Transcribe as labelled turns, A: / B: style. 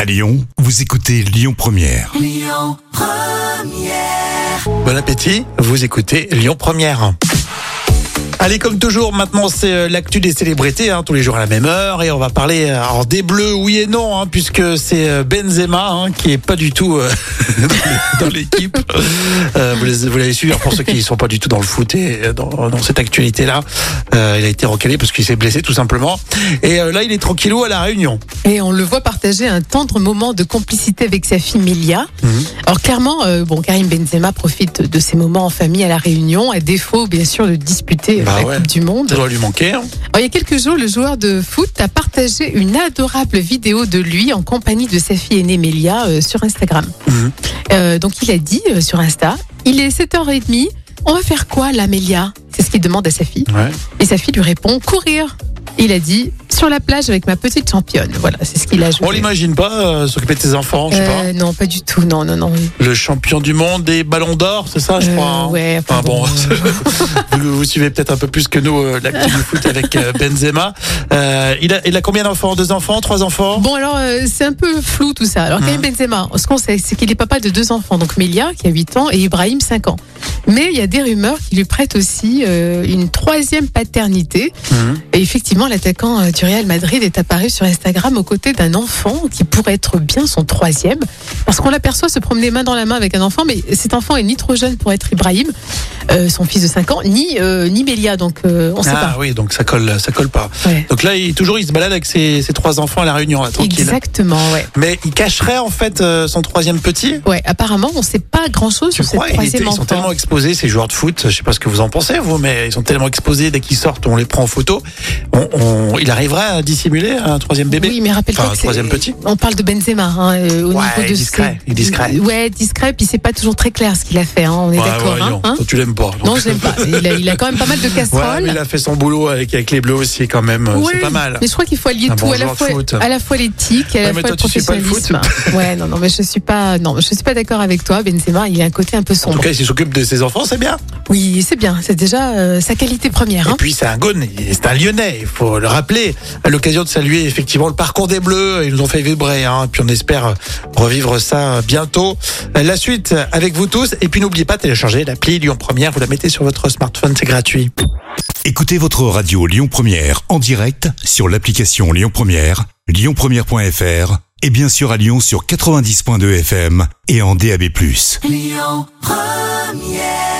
A: À Lyon, vous écoutez Lyon Première.
B: Bon appétit, vous écoutez Lyon Première. Allez, comme toujours, maintenant c'est euh, l'actu des célébrités, hein, tous les jours à la même heure, et on va parler euh, alors, des bleus, oui et non, hein, puisque c'est euh, Benzema hein, qui est pas du tout euh, dans l'équipe. Euh, vous les- vous l'avez suivi, alors, pour ceux qui ne sont pas du tout dans le foot et euh, dans, dans cette actualité-là, euh, il a été recalé parce qu'il s'est blessé tout simplement. Et euh, là, il est tranquillou à la Réunion.
C: Et on le voit partager un tendre moment de complicité avec sa fille Milia.
B: Mhm.
C: Alors clairement, euh, bon, Karim Benzema profite de ces moments en famille à la Réunion, à défaut bien sûr de disputer euh,
B: Bah
C: la
B: ouais.
C: Coupe du Monde.
B: Ça doit lui manquer. hein.
C: Alors, il y a quelques jours, le joueur de foot a partagé une adorable vidéo de lui en compagnie de sa fille aînée Mélia euh, sur Instagram.
B: Mhm.
C: Euh, donc il a dit euh, sur Insta, il est 7h30, on va faire quoi là Mélia C'est ce qu'il demande à sa fille.
B: Ouais.
C: Et sa fille lui répond courir. Il a dit sur la plage avec ma petite championne. Voilà, c'est ce qu'il a joué.
B: On l'imagine pas euh, s'occuper de ses enfants, je sais pas.
C: Euh, non, pas du tout. Non, non, non.
B: Le champion du monde des ballons d'or, c'est ça, je
C: Euh,
B: crois. hein.
C: ouais,
B: Enfin,
C: enfin
B: bon,
C: bon,
B: vous, vous suivez peut-être un peu plus que nous euh, l'actu du foot avec euh, Benzema. Euh, il, a, il a combien d'enfants Deux enfants Trois enfants
C: Bon, alors, euh, c'est un peu flou tout ça. Alors, Karim
B: Hmm.
C: Benzema, ce qu'on sait, c'est qu'il est papa de deux enfants, donc Melia, qui a 8 ans, et Ibrahim, 5 ans. Mais il y a des rumeurs qui lui prêtent aussi euh, une troisième paternité.
B: Mhm.
C: Et effectivement, l'attaquant euh, du Real Madrid est apparu sur Instagram aux côtés d'un enfant qui pourrait être bien son troisième. Parce qu'on l'aperçoit se promener main dans la main avec un enfant, mais cet enfant est ni trop jeune pour être Ibrahim, euh, son fils de 5 ans, ni, euh, ni Melia, donc euh, on sait
B: Ah oui, donc ça colle, ça colle pas.
C: pas. Ouais.
B: Donc là, il, toujours, il se balade avec ses, ses trois enfants à la Réunion, là, tranquille.
C: Exactement, ouais.
B: Mais il cacherait en fait euh, son troisième petit
C: Ouais, apparemment, on sait pas grand chose
B: tu
C: sur cette
B: crois il était-
C: troisième
B: Ils sont tellement
C: enfant.
B: exposés, ces joueurs de foot, je sais pas ce que vous en pensez, vous, mais ils sont tellement exposés, dès qu'ils sortent, on les prend en photo. On, on- il arriverait à dissimuler un troisième bébé
C: Oui, mais rappelle-toi
B: Enfin,
C: que
B: un
C: c'est-
B: troisième petit.
C: On parle de Benzema hein, euh, au
B: Ouais,
C: niveau de ce
B: discret,
C: que-
B: il est discret.
C: Ouais, discret. Puis c'est pas toujours très clair ce qu'il a fait. hein, on est
B: Ouais,
C: d'accord.
B: ouais,
C: hein,
B: non,
C: hein
B: toi, tu l'aimes pas. donc.
C: non, je l'aime pas. Il a, il a quand même pas mal de
B: Ouais,
C: casseroles.
B: mais il a fait son boulot avec, avec les bleus aussi quand même. euh,
C: Oui,
B: c'est pas mal.
C: Mais je crois qu'il faut allier
B: Un
C: tout
B: bon
C: à la
B: joueur de
C: fois,
B: foot.
C: à la fois l'éthique, à
B: Ouais,
C: la
B: mais
C: fois
B: toi,
C: le
B: tu suis pas le foot.
C: professionnalisme. ouais, non, non, mais je suis pas, non, je suis pas d'accord avec toi, Benzema. Il a un côté un peu
B: En tout
C: sombre.
B: cas, il s'occupe de ses enfants, c'est bien.
C: Oui, c'est bien. C'est déjà euh, sa qualité première.
B: Et
C: hein.
B: puis c'est un gone, il- c'est un Lyonnais, il faut le rappeler. À l'occasion de saluer effectivement le parcours des Bleus, ils nous ont fait vibrer. Hein. Puis on espère revivre ça bientôt. La suite avec vous tous. Et puis n'oubliez pas de télécharger l'appli Lyon Première. Vous la mettez sur votre smartphone, c'est gratuit.
A: Écoutez votre radio Lyon Première en direct sur l'application Lyon Première, lyonpremière.fr et bien sûr à Lyon sur 90.2 FM et en DAB+.
D: Lyon Première